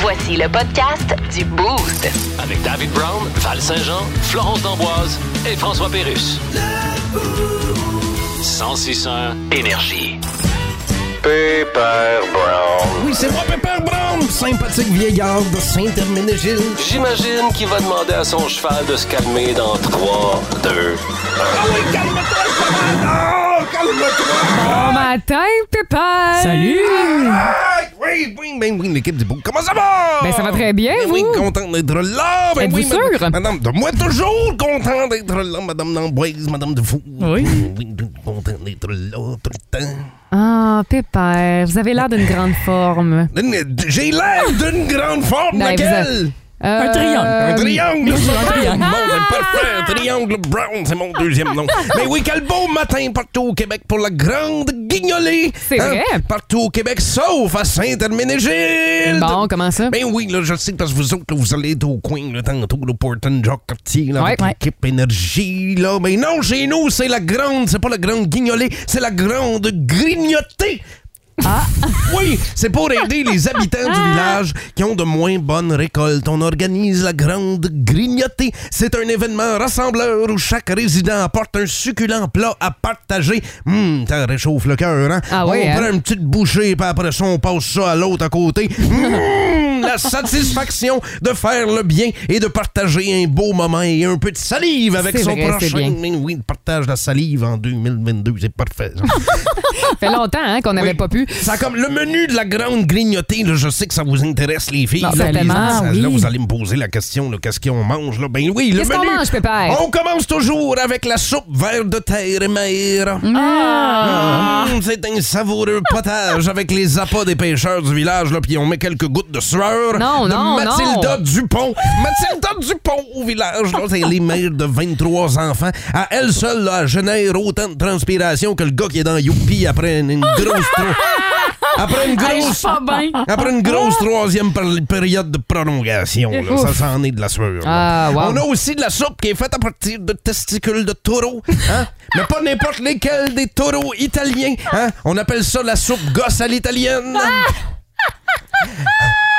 Voici le podcast du Boost. Avec David Brown, Val Saint-Jean, Florence D'Amboise et François Pérus. 1061 Énergie. Pepper Brown. Oui, c'est moi, Pepper Brown, sympathique vieillard de Saint-Herménégil. J'imagine qu'il va demander à son cheval de se calmer dans 3, 2. Oh, calme-toi! Bon matin, Pépère! Salut! Ah, oui, oui, ben oui, l'équipe du beau. Comment ça va? Ben, ça va très bien, Ben vous? Oui, content d'être là. Ben Êtes-vous oui, madame- sûr? Madame, de moi toujours content d'être là, Madame Lamboise, Madame Dufour. Oui. Oui, oui, content d'être là tout le temps. Ah, Pépère, vous avez l'air d'une grande forme. J'ai l'air d'une grande forme, Ben, laquelle? Euh, Ah! Un triangle. Un triangle! oui, un triangle. Bon, c'est parfait! Un Triangle Brown, c'est mon deuxième nom. Mais oui, quel beau matin partout au Québec pour la grande guignolée! Hein? C'est vrai. Partout au Québec, sauf à Saint-Herménégilde! Bon, comment ça? Ben oui, là, je sais parce que vous autres, là, vous allez être au coin là, tantôt, le Porton Jacques Cartier, là, Ouais. avec Ouais. l'équipe énergie, là. Mais non, chez nous, c'est la grande, c'est pas la grande guignolée, c'est la grande grignotée. Oui, c'est pour aider les habitants du village qui ont de moins bonnes récoltes. On organise la grande grignotée. C'est un événement rassembleur où chaque résident apporte un succulent plat à partager. Hum, ça réchauffe le cœur, hein? Ah on oui, hein? prend une petite bouchée, puis après ça, on passe ça à l'autre à côté. Hum, la satisfaction de faire le bien et de partager un beau moment et un peu de salive avec C'est son vrai, c'est prochain. bien. Mais Oui, le partage de la salive en 2022, c'est parfait. ça. Ça fait longtemps hein, qu'on n'avait Oui. pas pu. Ça a comme le menu de la grande grignotée, là, je sais que ça vous intéresse les filles. Non, là, certainement, les messages, oui. là, vous allez me poser la question, là, qu'est-ce qu'on mange là Ben oui, le Qu'est-ce qu'on menu. mange, Pépère? On commence toujours avec la soupe vert de terre et mer. Ah! Mmh, c'est un savoureux potage avec les appâts des pêcheurs du village, là, puis on met quelques gouttes de sueur. Non, de non, Mathilda Dupont. Mathilda Dupont au village, là, c'est les mères de 23 enfants. À elle seule, là, elle génère autant de transpiration que le gars qui est dans Youpi après une, une grosse... tro- Après une Hey, je grosse... suis pas bien. Après une Ah. grosse troisième par- période de prolongation, là. ça s'en est de la sueur. là. Ah, wow. On a aussi de la soupe qui est faite à partir de testicules de taureau, hein? mais pas n'importe lesquels des taureaux italiens. Hein? On appelle ça la soupe gosse à l'italienne. Ah.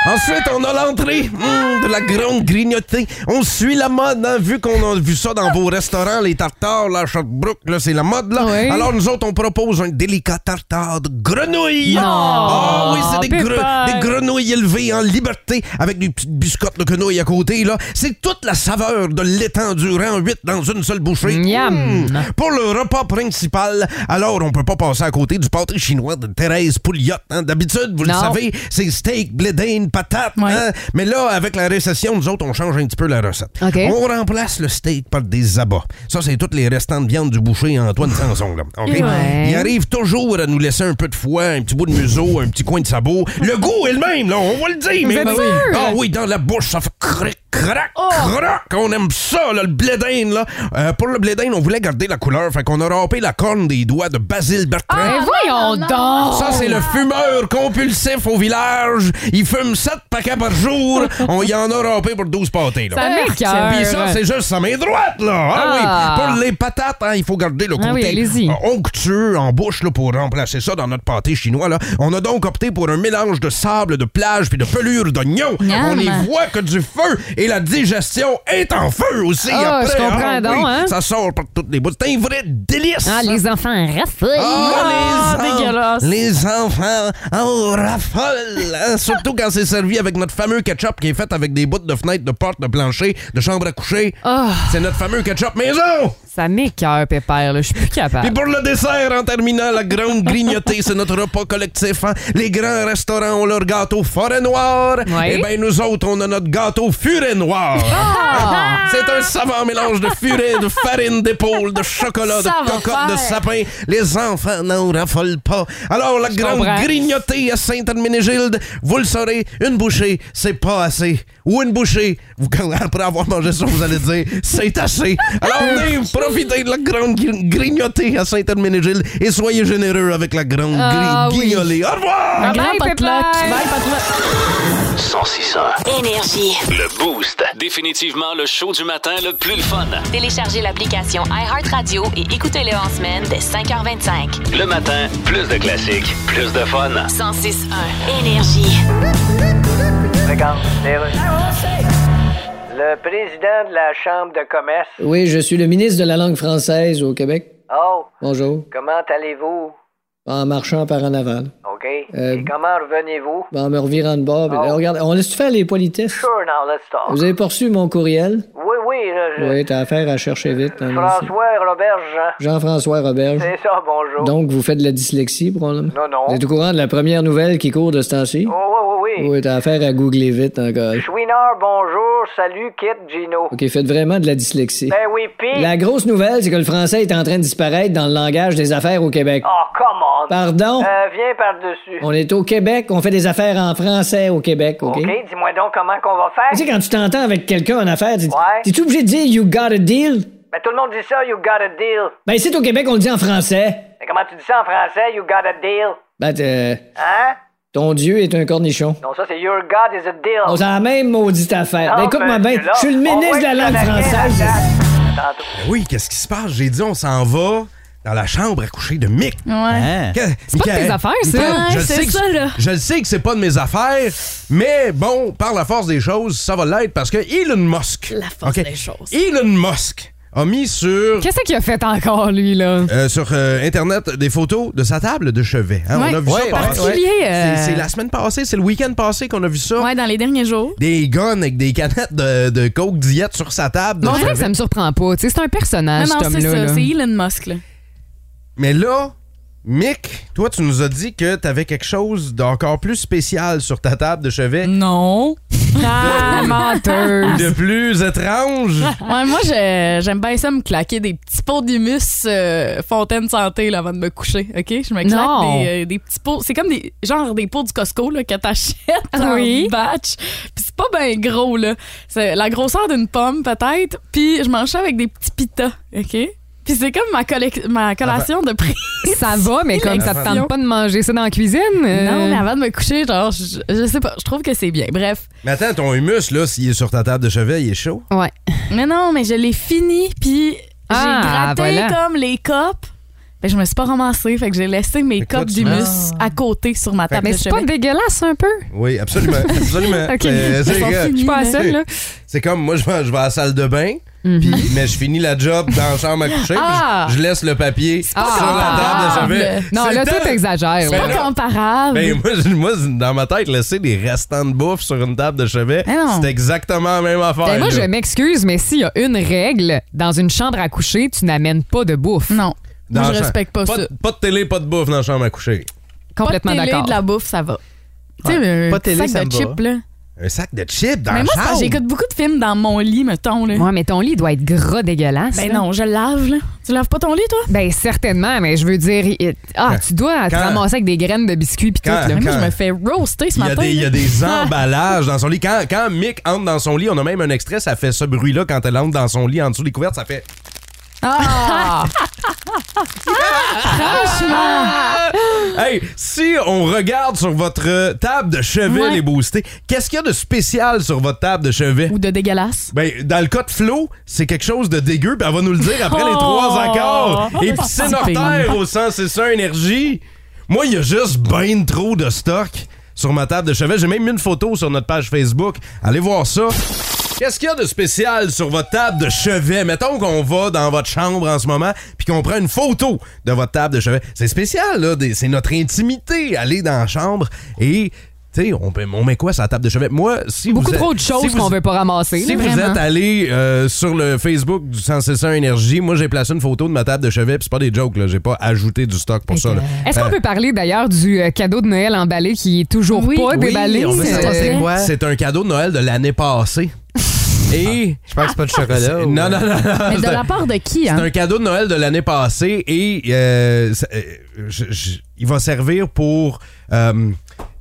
Ensuite, on a l'entrée hum, de la grande grignotée. On suit la mode, hein, vu qu'on a vu ça dans vos restaurants, les tartares, la Sherbrooke, là, c'est la mode. Là. Oui. Alors, nous autres, on propose un délicat tartare de grenouille. Non. Ah oui, c'est des, Pépère. gre- des grenouilles élevées en liberté avec des petites biscottes de grenouille à côté. là. C'est toute la saveur de l'étang durant 8 dans une seule bouchée. Miam. Mm. Pour le repas principal, alors on peut pas passer à côté du pâté chinois de Thérèse Pouliot. hein. D'habitude, vous le Non. savez, c'est steak, blédine, patate. Ouais. hein. Mais là, avec la récession, nous autres, on change un petit peu la recette. OK. On remplace le steak par des abats. Ça, c'est toutes les restants de viande du boucher Antoine Sanson. Là. OK? Ouais. Il arrive toujours à nous laisser un peu de foie, un petit bout de museau, un petit coin de sabot. Le goût est le même, là, on va le dire. mais- êtes Ah oui. sûr? Oh. Ah oui, dans la bouche, ça fait cric, crac, crac. On aime ça, là, le blédin, là. Euh, pour le blédin, on voulait garder la couleur, fait qu'on a râpé la corne des doigts de Basile Bertrand. Ben Ah, voyons donc! Ça, c'est le fumeur compulsif au village. Il fume 7 paquets par jour. On y en a râpé pour 12 pâtés, là. Ça m'écoeure. Puis ça, c'est juste sa main droite, là. Ah, Ah. oui. Pour les patates, hein, il faut garder le côté Ah oui, allez-y. euh, onctueux en bouche là, pour remplacer ça dans notre pâté chinois. Là. On a donc opté pour un mélange de sable, de plage puis de pelure d'oignon. Miam. On y voit que du feu et la digestion est en feu aussi. Ah, après. je comprends donc, hein. Ça sort par toutes les bouts. C'est un vrai délice. Ah, les enfants raffolent! Ah, Ah, les, en- dégueulasse. les enfants en raffolent, hein, surtout quand c'est servi avec notre fameux ketchup qui est fait avec des bouts de fenêtres, de portes, de plancher, de chambre à coucher. Ah. C'est notre fameux ketchup maison. Ça m'écoeure, Pépère, là. Je suis plus Puis capable. pour le dessert, en terminant, la grande grignotée, c'est notre repas collectif. hein. Les grands restaurants ont leur gâteau forêt noire. Ouais. Et bien, nous autres, on a notre gâteau furet noir. Ah! C'est un savant mélange de furet, de farine d'épaule, de chocolat, de Ça va cocotte, de faire. sapin. Les enfants n'en raffolent pas. Alors, la grande comprends. grignotée à Sainte-Herménégilde, vous le saurez, une bouchée, c'est pas assez. Ou une bouchée, vous, quand- après avoir mangé ça, vous allez dire, c'est assez. Alors, venez profiter de la grande gri- grignotée à Sainte-Herménégilde et soyez généreux avec la grande gri- Ah oui. guignolée. Au revoir! Ah, Grand Bye, potluck. Pépère. Bye, potluck. 1061 Énergie. Le Boost. Définitivement le show du matin le plus le fun. Téléchargez l'application iHeartRadio et écoutez-le en semaine dès 5h25. Le matin, plus de classiques, plus de fun. 106.1 Énergie. Fait fréquence des rues. Le président de la Chambre de commerce. Oui, je suis le ministre de la langue française au Québec. Oh, Bonjour. comment allez-vous? En marchant par en avant. là. OK. Euh, Et comment revenez-vous? En me revirant de bord. puis là, regarde, on laisse-tu faire les politesses? Ah. Sure, now let's talk. Vous avez pas reçu mon courriel? Oui, oui, là, je- Oui, t'as affaire à chercher vite. hein, ici. Euh. François Robert Jean. Jean-François Roberge. C'est ça, bonjour. Donc, vous faites de la dyslexie, probablement? Non, non. Vous êtes au courant de la première nouvelle qui court de ce temps-ci? Oh, oui, oui, oui. Oui, t'as affaire à googler vite encore. Chouinard, bonjour. Salut, Kit, Gino. OK, faites vraiment de la dyslexie. Ben oui, pis. La grosse nouvelle, c'est que le français est en train de disparaître dans le langage des affaires au Québec. Oh, come on. Pardon? Euh, viens par-dessus. On est au Québec, on fait des affaires en français au Québec, OK? OK, dis-moi donc comment qu'on va faire. Tu sais, quand tu t'entends avec quelqu'un en affaires, tu Ouais. tu obligé de dire You got a deal? Ben, tout le monde dit ça, you got a deal. Ben, ici, au Québec, on le dit en français. Mais comment tu dis ça en français, you got a deal? Ben, t'es- Hein? ton Dieu est un cornichon. Non, ça, c'est your God is a deal. On a la même maudite affaire. ben, Non, écoute-moi mais bien, Ah, là, je suis le on ministre voit de la que langue ça n'a rien française. à faire. Tantôt. Ben oui, qu'est-ce qui se passe? J'ai dit, on s'en va dans la chambre à coucher de Mick. Ouais. C'est pas de tes affaires, ça. Ouais, je le c'est sais que- ça, là. Je le sais que c'est pas de mes affaires, mais bon, par la force des choses, ça va l'être parce que Elon Musk. La force OK? des choses. Elon Musk a mis sur. Qu'est-ce qu'il a fait encore, lui, là? euh, sur euh, Internet, des photos de sa table de chevet. hein. Ouais. On a vu ça Ouais, passer. particulier, euh. C'est- C'est la semaine passée, c'est le week-end passé qu'on a vu ça. Ouais, dans les derniers jours. Des guns avec des canettes de, de coke diète sur sa table. de Mon chevet. que ça me surprend pas. Tu sais, c'est un Non, personnage, cet non, c'est homme-là. ça. là. C'est Elon Musk, là. Mais là, Mick, toi, tu nous as dit que t'avais quelque chose d'encore plus spécial sur ta table de chevet. Non. Ah, menteuse. De plus étrange. Ouais, moi, je- j'aime bien ça me claquer des petits pots d'humus euh, fontaine santé là, avant de me coucher. OK? Je me claque Non. des, euh, des petits pots. C'est comme des genre des pots du Costco là, que t'achètes Oui. en batch. Puis c'est pas bien gros. là. C'est la grosseur d'une pomme, peut-être. Puis je mange ça avec des petits pitas. OK? Puis c'est comme ma, collec- ma collation de prix. Ça va, mais comme ça te Élection. tente pas de manger ça dans la cuisine. euh, Non, mais avant de me coucher, genre, je, je sais pas. Je trouve que c'est bien. Bref. Mais attends, ton humus, là, s'il est sur ta table de chevet, il est chaud. Ouais. Mais non, mais je l'ai fini, puis Ah, j'ai gratté voilà. comme les copes. Ben, je me suis pas ramassée, fait que j'ai laissé mes Fait que toi, copes tu d'humus à côté sur ma table Mais de c'est pas chevet. dégueulasse un peu? Oui, absolument. absolument. Ok. Euh, Ils c'est, sont euh, finis, Je suis pas la là. seule, là. c'est comme moi, je vais, je vais à la salle de bain, puis- mais je finis la job dans la chambre à coucher, puis Mhm. Ah! je, je laisse le papier sur pas la table de comparable. chevet. Ah! Non, C'est là, le toi, temps. t'exagères. là. Ben, Pas là- comparable. Ben, moi, je- moi, dans ma tête, laisser des restants de bouffe sur une table de chevet, Ah non. c'est exactement la même affaire. Ben, moi, là. je m'excuse, mais s'il y a une règle, dans une chambre à coucher, tu n'amènes pas de bouffe. non. Dans moi, la je chambre. respecte pas, ça. de- Pas de télé, pas de bouffe dans la chambre à coucher. Complètement pas de télé, d'accord. de la bouffe, ça va. Tu sais, Pas un de télé, ça sac de me va. chips, là. Un sac de chips dans Mais la moi, c'est parce chambre. que j'écoute beaucoup de films dans mon lit, mettons, là. Ouais, mais ton lit doit être gras dégueulasse. Ben là. non, je lave, là. Tu laves pas ton lit, toi? Ben certainement, mais je veux dire, il- ah, tu dois te Quand- ramasser avec des graines de biscuits pis tout. Quand- Là. Mais moi, quand- je me fais roaster ce Il y, a matin. des, il y a là. des emballages dans son lit. Quand, quand Mick entre dans son lit, on a même un extrait, ça fait ce bruit-là quand elle entre dans son lit en dessous des couvertes, ça fait. Ah! Hey, si on regarde sur votre euh, table de chevet, Ouais. les boostés, qu'est-ce qu'il y a de spécial sur votre table de chevet? Ou de dégueulasse. Ben, dans le cas de Flo, c'est quelque chose de dégueu, puis elle va nous le dire après les Oh! trois accords. Et C'est piscine ortère au sens, c'est ça, énergie. Moi, il y a juste ben trop de stock sur ma table de chevet. J'ai même mis une photo sur notre page Facebook. Allez voir ça. Qu'est-ce qu'il y a de spécial sur votre table de chevet? Mettons qu'on va dans votre chambre en ce moment puis qu'on prend une photo de votre table de chevet. C'est spécial, là. des- C'est notre intimité, aller dans la chambre et, tu sais, on, on met quoi sur la table de chevet? Moi, si vous Beaucoup êtes- trop de choses si vous- qu'on veut pas ramasser. si là, vous vraiment. êtes allé euh, sur le Facebook du 161 Énergie, moi j'ai placé une photo de ma table de chevet, puis c'est pas des jokes, là, j'ai pas ajouté du stock pour ça. là. Est-ce Euh, qu'on peut parler d'ailleurs du euh, cadeau de Noël emballé qui est toujours Oui. pas Oui, déballé? on veut c'est- savoir c'est quoi. C'est un cadeau de Noël de l'année passée. Et. Ah, Je pense que c'est pas de chocolat. ou- euh, Non, non, non, non. Mais de c'est un- la part de qui, C'est hein? un cadeau de Noël de l'année passée et euh, ça- euh, je- je- il va servir pour. euh,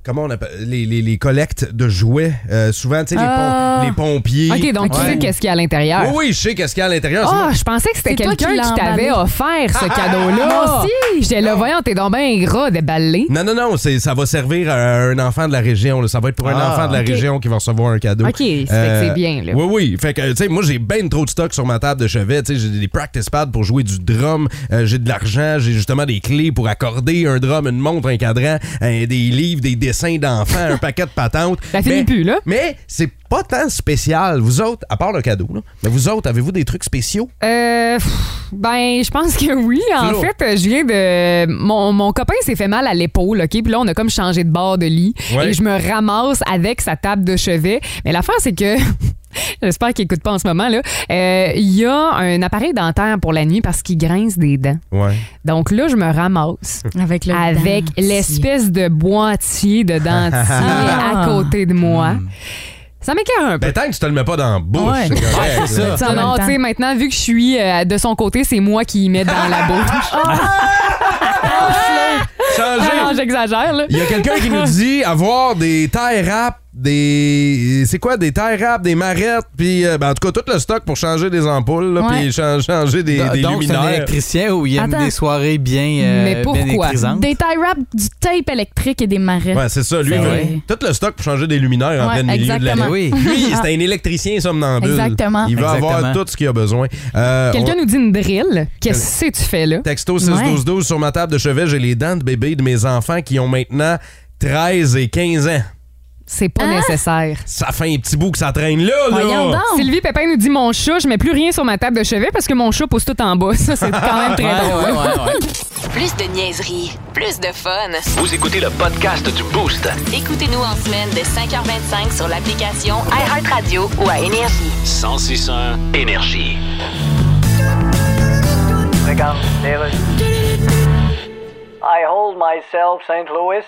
Comment on appelle les, les- les collectes de jouets, Euh, souvent, tu sais, les, pom- Ah. les pompiers. OK, donc tu Ouais. sais qu'est-ce qu'il y a à l'intérieur. Oui, oui, je sais qu'est-ce qu'il y a à l'intérieur. Ah, je pensais que c'était C'est toi qui quelqu'un qui, l'as emballé. t'avait Ah, offert ce cadeau-là. Moi aussi. J'étais là, voyons, t'es donc bien gras déballé. Non, non, non, c'est- ça va servir à un enfant de la région. là. Ça va être pour un Ah, enfant de la ok. région qui va recevoir un cadeau. Euh, Ok, c'est vrai que c'est bien, là. Oui, oui. Fait que, tu sais, moi, j'ai ben trop de stock sur ma table de chevet. Tu sais, j'ai des practice pads pour jouer du drum. euh, j'ai de l'argent. J'ai justement des clés pour accorder un drum, une montre, un cadran, euh, des livres, des dessins d'enfants, un paquet de patentes. Ça finit Mais- plus, là. Mais c'est pas tant spécial. Vous autres, à part le cadeau, là, mais vous autres, avez-vous des trucs spéciaux? Euh, pff, ben, je pense que oui. En Flo. fait, euh, je viens de. Mon, mon copain s'est fait mal à l'épaule, OK? Puis là, on a comme changé de bord de lit. Ouais. Et je me ramasse avec sa table de chevet. Mais l'affaire, c'est que. J'espère qu'il écoute pas en ce moment, là. Euh, Il y a un appareil dentaire pour la nuit parce qu'il grince des dents. Ouais. Donc là, je me ramasse. Avec le dentier. avec l'espèce de boîtier de dentier Ah. à côté de moi. Ça m'écœure un peu. Ben, tant que tu te le mets pas dans la bouche, Ouais. c'est correct, là. ça. en Non, non, même temps. tu sais, maintenant, vu que je suis euh, de son côté, c'est moi qui y mets dans la bouche. Changer. Ah non, j'exagère, là. Il y a quelqu'un qui nous dit avoir des tailles rap, des. C'est quoi, des tailles rap, des marettes, puis euh, ben, en tout cas, tout le stock pour changer des ampoules, là, Ouais. puis chan- changer des, des Donc, c'est un luminaires. électricien où il aime Attends. des soirées bien, euh, Mais pourquoi? bien électrisantes. Des tie wraps, du tape électrique et des marettes. Ouais, c'est ça, lui. C'est il veut- vrai. Tout le stock pour changer des luminaires en Ouais, plein milieu de exactement. Ah. Oui. l'année. Lui, c'est un électricien somnambule. Exactement. Il va avoir Exactement. tout ce qu'il a besoin. Euh, Quelqu'un on- nous dit une drill. Qu'est-ce que tu fais, là? Texto 61212 sur ma table de chevet, j'ai les dents de bébé de mes enfants qui ont maintenant 13 et 15 ans. C'est pas nécessaire. Ça fait un petit bout que ça traîne là, là. Ah! Voyons donc. Sylvie Pépin nous dit Mon chat, je mets plus rien sur ma table de chevet parce que mon chat pousse tout en bas. Ça, c'est quand même très Ouais, drôle. ouais, ouais, ouais. Plus de niaiserie, plus de fun. Vous écoutez le podcast du Boost. Écoutez-nous en semaine de 5h25 sur l'application iHeartRadio ou à Énergie. 1061 Énergie. Regarde, les rues. I hold myself, St. Louis.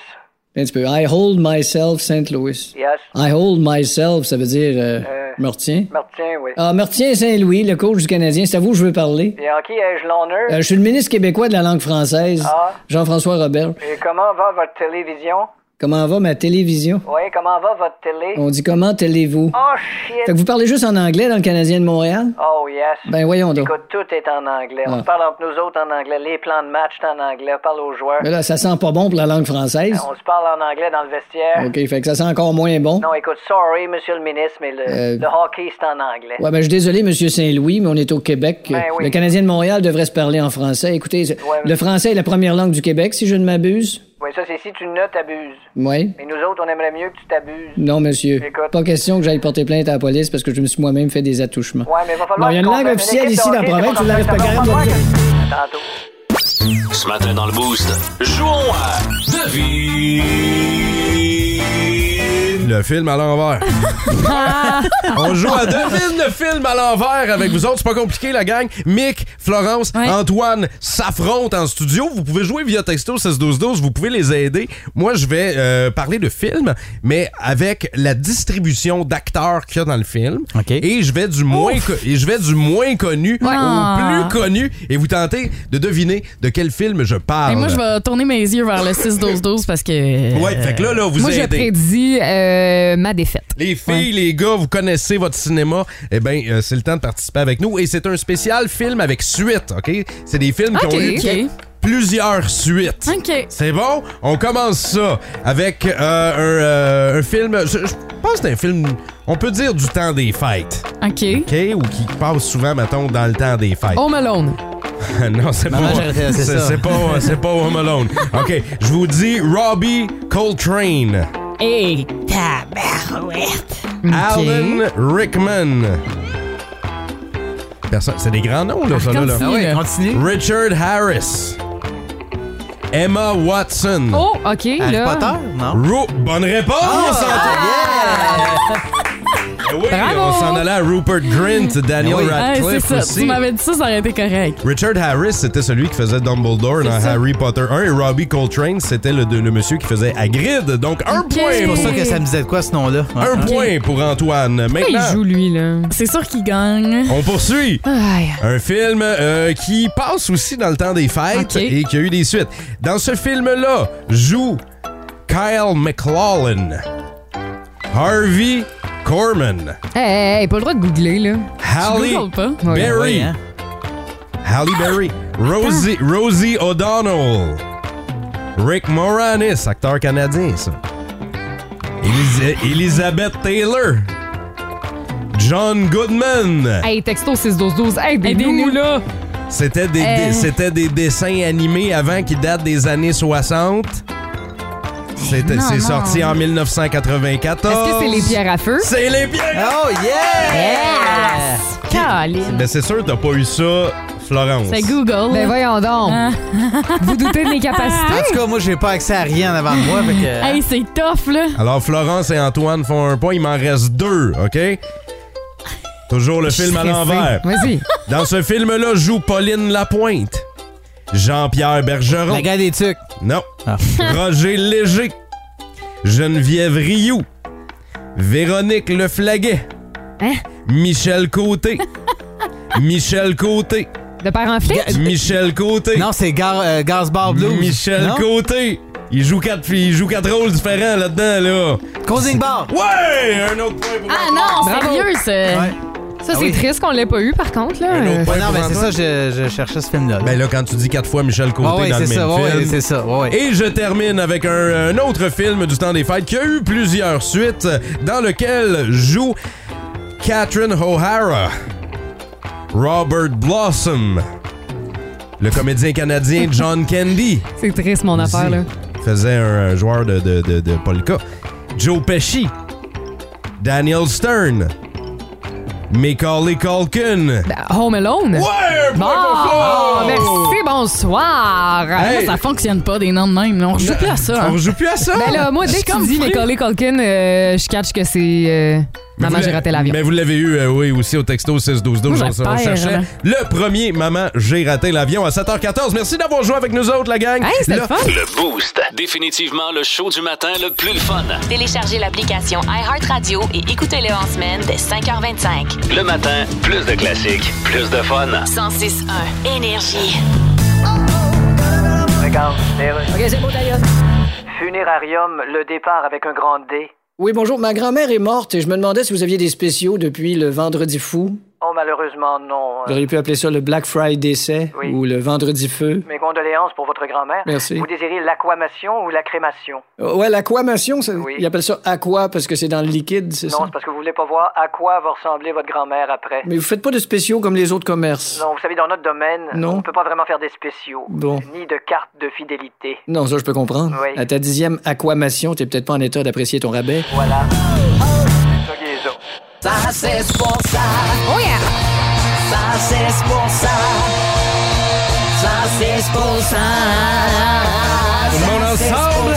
Un petit peu. Ben, I hold myself St. Louis. Yes. I hold myself, ça veut dire. Euh, je me retiens. Martin, oui. Ah, me retiens Saint-Louis, le coach du Canadien, c'est à vous que je veux parler. Et en qui ai-je l'honneur? Euh, je suis le ministre québécois de la langue française, Ah. Jean-François Robert. Et comment va votre télévision? Comment va ma télévision? Oui, comment va votre télé? On dit comment télé-vous? Oh, shit! Fait que vous parlez juste en anglais dans le Canadien de Montréal? Oh, yes. Ben voyons donc. Écoute, tout est en anglais. On Ah. parle entre nous autres en anglais. Les plans de match, c'est en anglais. On parle aux joueurs. Euh, Mais là, ça sent pas bon pour la langue française. Ben, On se parle en anglais dans le vestiaire. OK, fait que ça sent encore moins bon. Non, écoute, sorry, monsieur le ministre, mais le, Euh, le hockey, c'est en anglais. Ouais, ben je suis désolé, Monsieur Saint-Louis, mais on est au Québec. Ben Euh, oui. Le Canadien de Montréal devrait se parler en français. Écoutez, c'est- Ouais, mais- le français est la première langue du Québec, si je ne m'abuse. Oui, ça, c'est si tu ne t'abuses. Oui. Mais nous autres, on aimerait mieux que tu t'abuses. Non, monsieur. Écoute. Pas question que j'aille porter plainte à la police parce que je me suis moi-même fait des attouchements. Ouais, mais va Non, falloir. il y a une qu'on langue fasse officielle équipe de ici dans la hockey, province, c'est tu l'avais pas pas comme capable de ça. le Tantôt. Ce matin dans le Boost, jouons à Devine. Le film à l'envers. On joue à devine le film à l'envers avec vous autres. C'est pas compliqué, la gang. Mick, Florence, Ouais. Antoine s'affrontent en studio. Vous pouvez jouer via texto 61212. Vous pouvez les aider. Moi, je vais euh, parler de film, mais avec la distribution d'acteurs qu'il y a dans le film. OK. Et je vais du moins, co- et je vais du moins connu Ah. au plus connu. Et vous tentez de deviner de quel film je parle. Et moi, je vais tourner mes yeux vers le 6-12-12 parce que. Ah, Ouais, fait que là, là, vous Moi, je aidez. prédis euh, ma défaite. Les filles, les gars, vous connaissez votre cinéma. Eh bien, c'est le temps de participer avec nous. Et c'est un spécial film avec suite, OK? C'est des films qui ont OK. eu OK. plusieurs suites. OK. C'est bon? On commence ça avec euh, un, euh, un film... Je, je pense que c'est un film, on peut dire, du temps des fêtes, OK. OK? Ou qui passe souvent, mettons, dans le temps des Oh. fêtes. Home Alone. non, c'est pas... Maman, j'ai arrêté, c'est C'est ça. c'est pas, c'est pas Home Alone. OK, je vous dis Robbie Coltrane, Hey! Alan Rickman. Personne- C'est des grands noms, là, ça, là. là. Ah ouais, continue. Richard Harris. Emma Watson. Oh, OK, Harry là. Potter, non? Ru- Bonne réponse! Antoine! Eh oui, Ah, Bravo! Ah on s'en allait à Rupert Grint, Daniel Eh oui. Hey, c'est Radcliffe ça. aussi. Tu m'avais dit ça, ça aurait été correct. Richard Harris, c'était celui qui faisait Dumbledore dans Harry Potter 1 et Robbie Coltrane, c'était le, le monsieur qui faisait Hagrid. Donc, un C'est point! pour ça que ça me disait de quoi ce nom-là? Un Ah, point pour Antoine. Pourquoi il Maintenant, joue, lui, là? C'est sûr qu'il gagne. on poursuit. Ah, Aïe. Un film euh, qui passe aussi dans le temps des fêtes Ok. et qui a eu des suites. Dans ce film-là, joue Kyle McLaughlin, Harvey Corman. Hey, hey, pas le droit de googler, là. Halle Berry. Ouais, hein. Halle Berry. Rosie, Rosie O'Donnell. Rick Moranis, acteur canadien, ça. Elis- Elizabeth Taylor. John Goodman. Hey, texto 61212. Hey, des nous, là. C'était des, Euh. des- c'était des dessins animés avant qui datent des années 60. C'était- Non, C'est non. sorti en 1994. Est-ce que c'est les Ah. pierres à feu? C'est les pierres Oh, yeah! Yes! Caline. Ben c'est sûr, t'as pas eu ça, Florence. Google. Ben voyons donc. Ah. Vous doutez de mes En tout capacités? cas, moi, j'ai pas accès à rien avant de moi. fait que- Hey, c'est tough, là. Alors, Florence et Antoine font un point, il m'en reste deux, OK? Toujours le film à l'envers. Vas-y. Dans ce film-là, joue Pauline Lapointe, Jean-Pierre Bergeron. euh, La guerre des tucs. Non. Ah. Roger Léger, Geneviève Rioux, Véronique Le Flaguet, Hein? Michel Côté, Michel Côté, De père en flic? Michel Côté. Non, c'est Gar, euh, Gas Bar Blues. Michel Non? Côté. Il joue quatre, il joue quatre rôles différents là-dedans, là. Causing Bar. Ouais! Un autre point pour Ah non, Bravo. sérieux, c'est... Ouais. Ça, Ah c'est oui. triste qu'on l'ait pas eu, par contre, là. Un autre Euh, point Ouais, non, pour mais c'est ça, Antoine. je, je cherchais ce film-là. Ben là, quand tu dis quatre fois Michel Côté Ah ouais, dans le c'est même ça, ouais, ouais, film. c'est ça. ouais, ouais. Et je termine avec un, un autre film du temps des fêtes qui a eu plusieurs suites, euh, dans lequel joue Catherine O'Hara, Robert Blossom, le comédien canadien John Candy, C'est triste, mon affaire, là. faisait un, un joueur de, de, de, de polka, Joe Pesci, Daniel Stern, Macaulay Culkin. Ben, Home Alone? Ouais, un Bon, Ah, point pour Flo! merci, bonsoir. Hey. Ça fonctionne pas des noms de même, là. On rejoue plus à ça. On hein. joue plus à ça. Ben là, moi, dès que tu dis Macaulay Culkin, euh, je catch que c'est... euh, Mais Maman, vous j'ai l'a- raté l'avion. Mais vous l'avez eu, euh, oui, aussi au texto 6-12-12. Moi, on- on j'espère, cherchait là. le premier Maman, j'ai raté l'avion à 7h14. Merci d'avoir joué avec nous autres, la gang. Hey, c'était Là- le fun. Le Boost. Définitivement le show du matin le plus le fun. Téléchargez l'application iHeartRadio et écoutez-le en semaine dès 5h25. Le matin, plus de classiques, plus de fun. 106.1 Énergie. Regarde, les rues. OK, c'est bon, d'ailleurs. Funérarium, le départ avec un grand D. Oui, bonjour. Ma grand-mère est morte et je me demandais si vous aviez des spéciaux depuis le Vendredi fou. Oh, malheureusement, non. Euh, J'aurais pu appeler ça le Black Friday décès Oui. ou le Vendredi feu. Mes condoléances pour votre grand-mère. Merci. Vous désirez l'aquamation ou la crémation? Euh, Ouais, l'aquamation, ça... Oui. ils appellent ça aqua parce que c'est dans le liquide, c'est Non, ça? c'est parce que vous voulez pas voir à quoi va ressembler votre grand-mère après. Mais vous faites pas de spéciaux comme les autres commerces. Non, vous savez, dans notre domaine, Non. on peut pas vraiment faire des spéciaux. Bon. Ni de carte de fidélité. Non, ça, je peux comprendre. Oui. À ta dixième aquamation, t'es peut-être pas en état d'apprécier ton rabais. Voilà. Oh, Soyez ça. Tout le monde ensemble.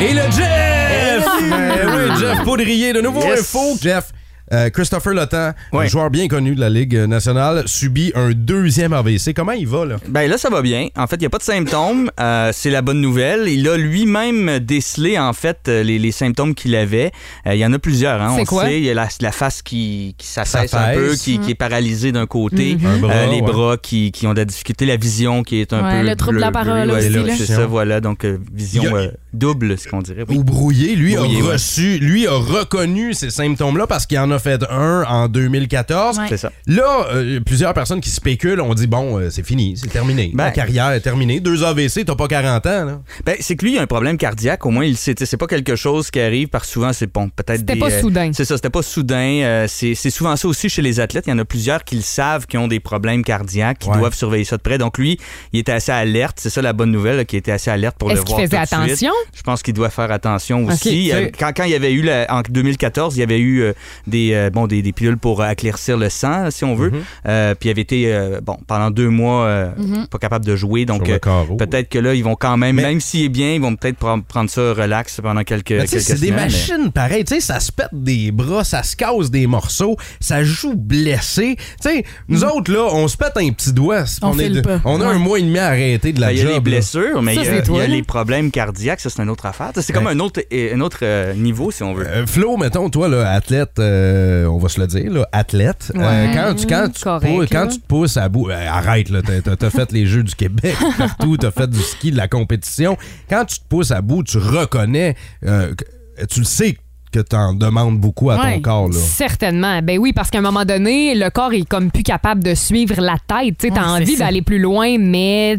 Et le Jeff! Ben oui, Jeff Poudrier, de nouveau Yes. info. Jeff, euh, Christopher Lottan, un Ouais. joueur bien connu de la Ligue nationale, subit un deuxième AVC. Comment il va, là? Ben là, ça va bien. En fait, il n'y a pas de symptômes. Euh, c'est la bonne nouvelle. Il a lui-même décelé, en fait, euh, les, les symptômes qu'il avait. Euh, il y en a plusieurs. ah, Hein, C'est on quoi? sait, il y a la, la face qui, qui s'affaisse un peu, S'affaisse. qui, qui est paralysée d'un côté. Un bras, Euh, les ouais. bras qui, qui ont de la difficulté, la vision qui est un Ouais, peu. le trouble de la bleu- parole bleu, aussi, là, là. C'est ça, voilà. Donc, euh, vision Il y a- euh, double, ce qu'on dirait. Oui. Ou brouillé, lui Brouillé, a ouais. reçu, lui a reconnu ces symptômes-là parce qu'il en a fait un en 2014. Ouais. C'est ça. Là, euh, plusieurs personnes qui spéculent ont dit bon, euh, c'est fini, c'est terminé. Ben- La carrière est terminée. Deux AVC, t'as pas 40 ans. Là. Ben, c'est que lui, il a un problème cardiaque. Au moins, il le sait. T'sais, C'est pas quelque chose qui arrive par souvent. C'est bon, peut-être C'était des, pas euh, soudain. C'est ça, c'était pas soudain. Euh, c'est c'est souvent ça aussi chez les athlètes. Il y en a plusieurs qui le savent, qui ont des problèmes cardiaques, qui Ouais. doivent surveiller ça de près. Donc lui, il était assez alerte. C'est ça la bonne nouvelle, qui était assez alerte pour le Est-ce qu'il voir. faisait tout de suite. attention? Je pense qu'il doit faire attention aussi. Ok, Euh, c'est- quand, quand il y avait eu, la- en 2014, il y avait eu euh, des, euh, bon, des, des pilules pour euh, éclaircir le sang, si on veut. Mhm. Euh, puis il avait été, euh, bon, pendant deux mois, euh, Mhm. pas capable de jouer. Donc Sur le euh, carreau. peut-être que là, ils vont quand même, Mais- même s'il est bien, ils vont peut-être pre- prendre ça relax pendant quelques, Mais tu sais, quelques c'est des semaines, mais- machines pareilles. Tu sais, ça se pète des bras, ça se casse des morceaux, ça joue blessé. Tu sais, nous autres, là, on se pète un petit doigt. On est file de- pas. on a Ouais. un mois et demi arrêté de la Ben, il y a job. les là. blessures, mais Ça, il y c'est a, toi, il y a là. les problèmes cardiaques, ça c'est une autre affaire. Ça, C'est comme un autre, un autre euh, niveau, si on veut. Euh, Flo, mettons, toi, là, athlète, euh, euh, on va se le dire, là, athlète. Ouais. Euh, quand tu, quand tu, te Correct, pousses- quand là. tu te pousses à bout, euh, arrête, là, t'as- t'as t'as fait les Jeux du Québec partout, t'as fait du ski, de la compétition. Quand tu te pousses à bout, tu reconnais, euh, que- tu le sais que t'en demandes beaucoup à Ouais, ton corps. Là. Certainement. Ben oui, parce qu'à un moment donné, le corps est comme plus capable de suivre la tête. Tu sais, t'as Ouais, c'est envie ça. d'aller plus loin, mais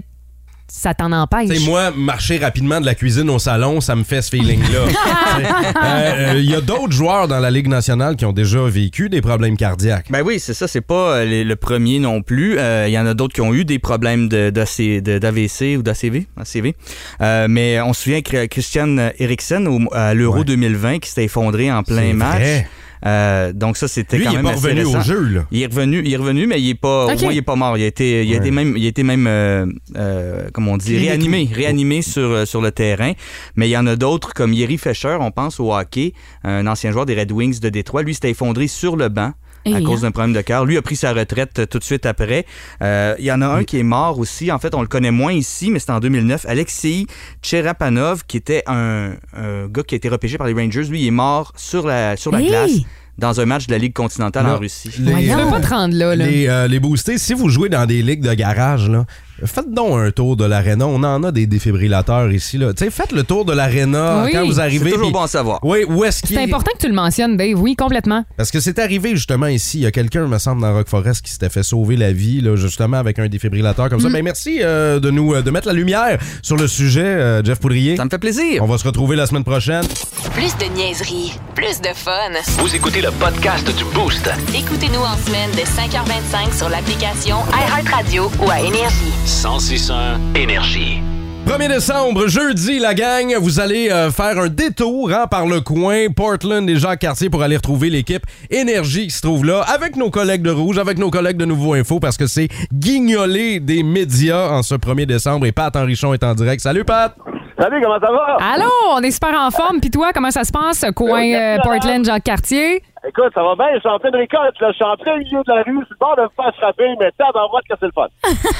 ça t'en empêche. Tu sais, moi, marcher rapidement de la cuisine au salon, ça me fait ce feeling-là. Tu sais, euh, euh, Il y a d'autres joueurs dans la Ligue nationale qui ont déjà vécu des problèmes cardiaques. Ben oui, c'est ça, c'est pas euh, les- le premier non plus. Euh, Il y en a d'autres qui ont eu des problèmes de- d'AC- de- d'AVC ou d'ACV. ACV. Euh, mais on se souvient que Christian Eriksen au- à l'Euro 2020 qui s'était effondré en plein C'est match. vrai. Euh, donc ça, c'était Lui, quand il est même pas assez revenu au récent. jeu, là. Il est revenu, il est revenu mais il est pas, Ok. au moins, il est pas mort. Il a été, il a Ouais. été même, il a été même euh, euh, comment on dit, Clinique. réanimé, réanimé sur, euh, sur le terrain. Mais il y en a d'autres, comme Yeri Fesher, on pense au hockey, un ancien joueur des Red Wings de Détroit. Lui, s'était effondré sur le banc Et à cause hein. d'un problème de cœur. Lui a pris sa retraite euh, tout de suite après. Euh, Il y en a un qui est mort aussi. En fait, on le connaît moins ici, mais c'était en 2009. Alexei Cherapanov, qui était un, un gars qui a été repêché par les Rangers. Lui, il est mort sur la, sur la Hey! glace dans un match de la Ligue continentale Là, en Russie. Voyons. Tu peux pas te rendre là, là. Les, euh, les boostés, si vous jouez dans des ligues de garage, là, faites donc un tour de l'aréna. On en a des défibrillateurs ici. Là. Tu sais, faites le tour de l'aréna Oui. quand vous arrivez. C'est toujours puis- bon à savoir. Oui, où est-ce qu'il C'est important que tu le mentionnes, Dave. Oui, complètement. Parce que c'est arrivé justement ici. Il y a quelqu'un, me semble, dans Rock Forest qui s'était fait sauver la vie, là, justement, avec un défibrillateur Mm. comme ça. Ben, merci euh, de nous euh, de mettre la lumière sur le sujet, euh, Jeff Poudrier. Ça me fait plaisir. On va se retrouver la semaine prochaine. Plus de niaiserie, plus de fun. Vous écoutez le podcast du Boost. Écoutez-nous en semaine de 5h25 sur l'application iHeartRadio ou à Énergie. 1061 Énergie. 1er décembre, jeudi, la gang, vous allez euh, faire un détour hein, par le coin, Portland et Jacques-Cartier pour aller retrouver l'équipe Énergie qui se trouve là avec nos collègues de Rouge, avec nos collègues de Nouveau Info parce que c'est guignolé des médias en ce 1er décembre et Pat Henrichon est en direct. Salut Pat! Salut, comment ça va? Ah. Allô, on est super en forme. Puis toi, comment ça se passe, coin Oui, euh, Portland, Jacques-Cartier? Écoute, ça va bien, je suis en pleine récolte, là. je suis en plein milieu de la rue, je suis bord de me faire frapper, mais t'as dans que c'est le fun.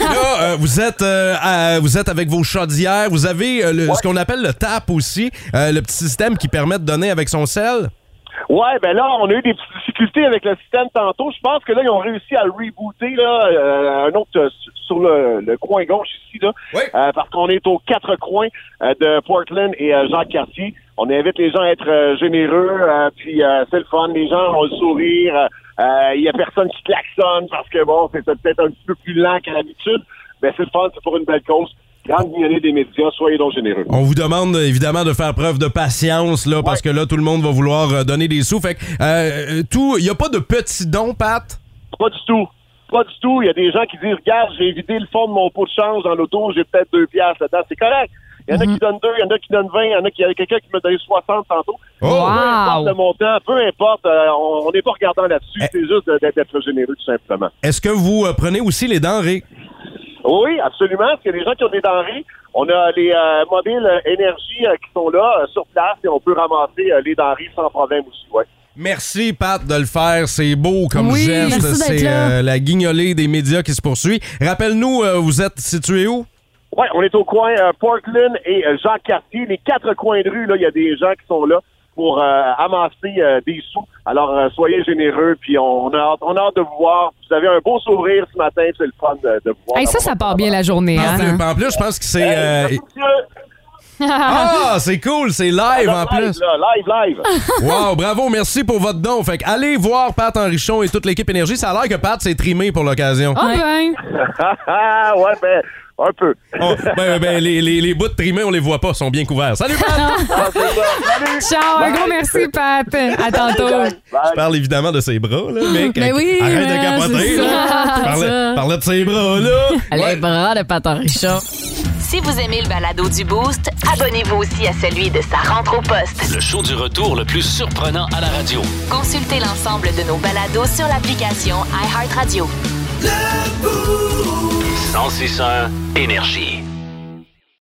Là, euh, vous êtes euh, à- vous êtes avec vos chaudières, vous avez euh, le- ce qu'on appelle le tap aussi, euh, le petit système qui permet de donner avec son sel. Ouais, ben là, on a eu des petites difficultés avec le système tantôt. Je pense que là, ils ont réussi à le rebooter, là, euh, un autre euh, sur- sur le, le coin gauche ici, là. Euh, parce qu'on est aux quatre coins euh, de Portland et euh, Jacques-Cartier. On invite les gens à être euh, généreux, euh, puis euh, c'est le fun. Les gens ont le sourire. euh, euh, Il y a personne qui klaxonne parce que, bon, c'est peut-être un petit peu plus lent qu'à l'habitude. Mais c'est le fun, c'est pour une belle cause. Grande guignolée des médias, soyez donc généreux. On vous demande euh, évidemment de faire preuve de patience là, parce que là tout le monde va vouloir euh, donner des sous. Fait que euh, euh, tout, il y a pas de petits dons, Pat. Pas du tout. Pas du tout. Il y a des gens qui disent Regarde, j'ai vidé le fond de mon pot de change dans l'auto, j'ai peut-être deux piastres là-dedans. C'est correct. Il y en a Mm-hmm. qui donnent deux, il y en a qui donnent 20, il y en a qui, il y a quelqu'un qui m'a donné 60 tantôt. Peu Oh! importe Wow! le montant, peu importe, euh, on on n'est pas regardant là-dessus, c'est juste de- d'être d'être généreux tout simplement. Est-ce que vous euh, prenez aussi les denrées? Oui, absolument. Parce qu'il y a des gens qui ont des denrées. On a les euh, mobiles euh, énergie euh, qui sont là euh, sur place et on peut ramasser euh, les denrées sans problème aussi. Ouais. Merci, Pat, de le faire. C'est beau comme Oui, geste. merci d'être C'est là. euh, la guignolée des médias qui se poursuit. Rappelle-nous, euh, vous êtes situé où? Oui, on est au coin euh, Portland et euh, Jean-Cartier. Les quatre coins de rue, là, il y a des gens qui sont là pour euh, amasser euh, des sous. Alors, euh, soyez généreux, puis on, on a, hâte, on a hâte de vous voir. Vous avez un beau sourire ce matin, c'est le fun de, de vous voir. Hey, ça, ça part bien la journée. Ah, En hein? plus, en plus, je pense que c'est. euh, Ah! Ah, c'est cool, c'est euh, live en Ah, Live, plus. là, live, live. Wow, bravo, merci pour votre don. Fait que allez voir Pat Henrichon et toute l'équipe Énergie. Ça a l'air que Pat s'est trimé pour l'occasion. Ah, ben! ouais, ben, un peu. Oh, ben, ben, les, les, les bouts de trimés, on les voit pas, sont bien couverts. Salut, Pat! Ciao, un gros merci, Pat. À tantôt. Je parle évidemment de ses bras, là, mec. Ben oui, Arrête de hein, capoter, c'est là. ça, Je parlais- ça. parlais de ses bras, là. Ouais. bras de Pat Henrichon. Si vous aimez le balado du Boost, abonnez-vous aussi à celui de sa rentre au poste. Le show du retour le plus surprenant à la radio. Consultez l'ensemble de nos balados sur l'application iHeartRadio. 1061 Énergie.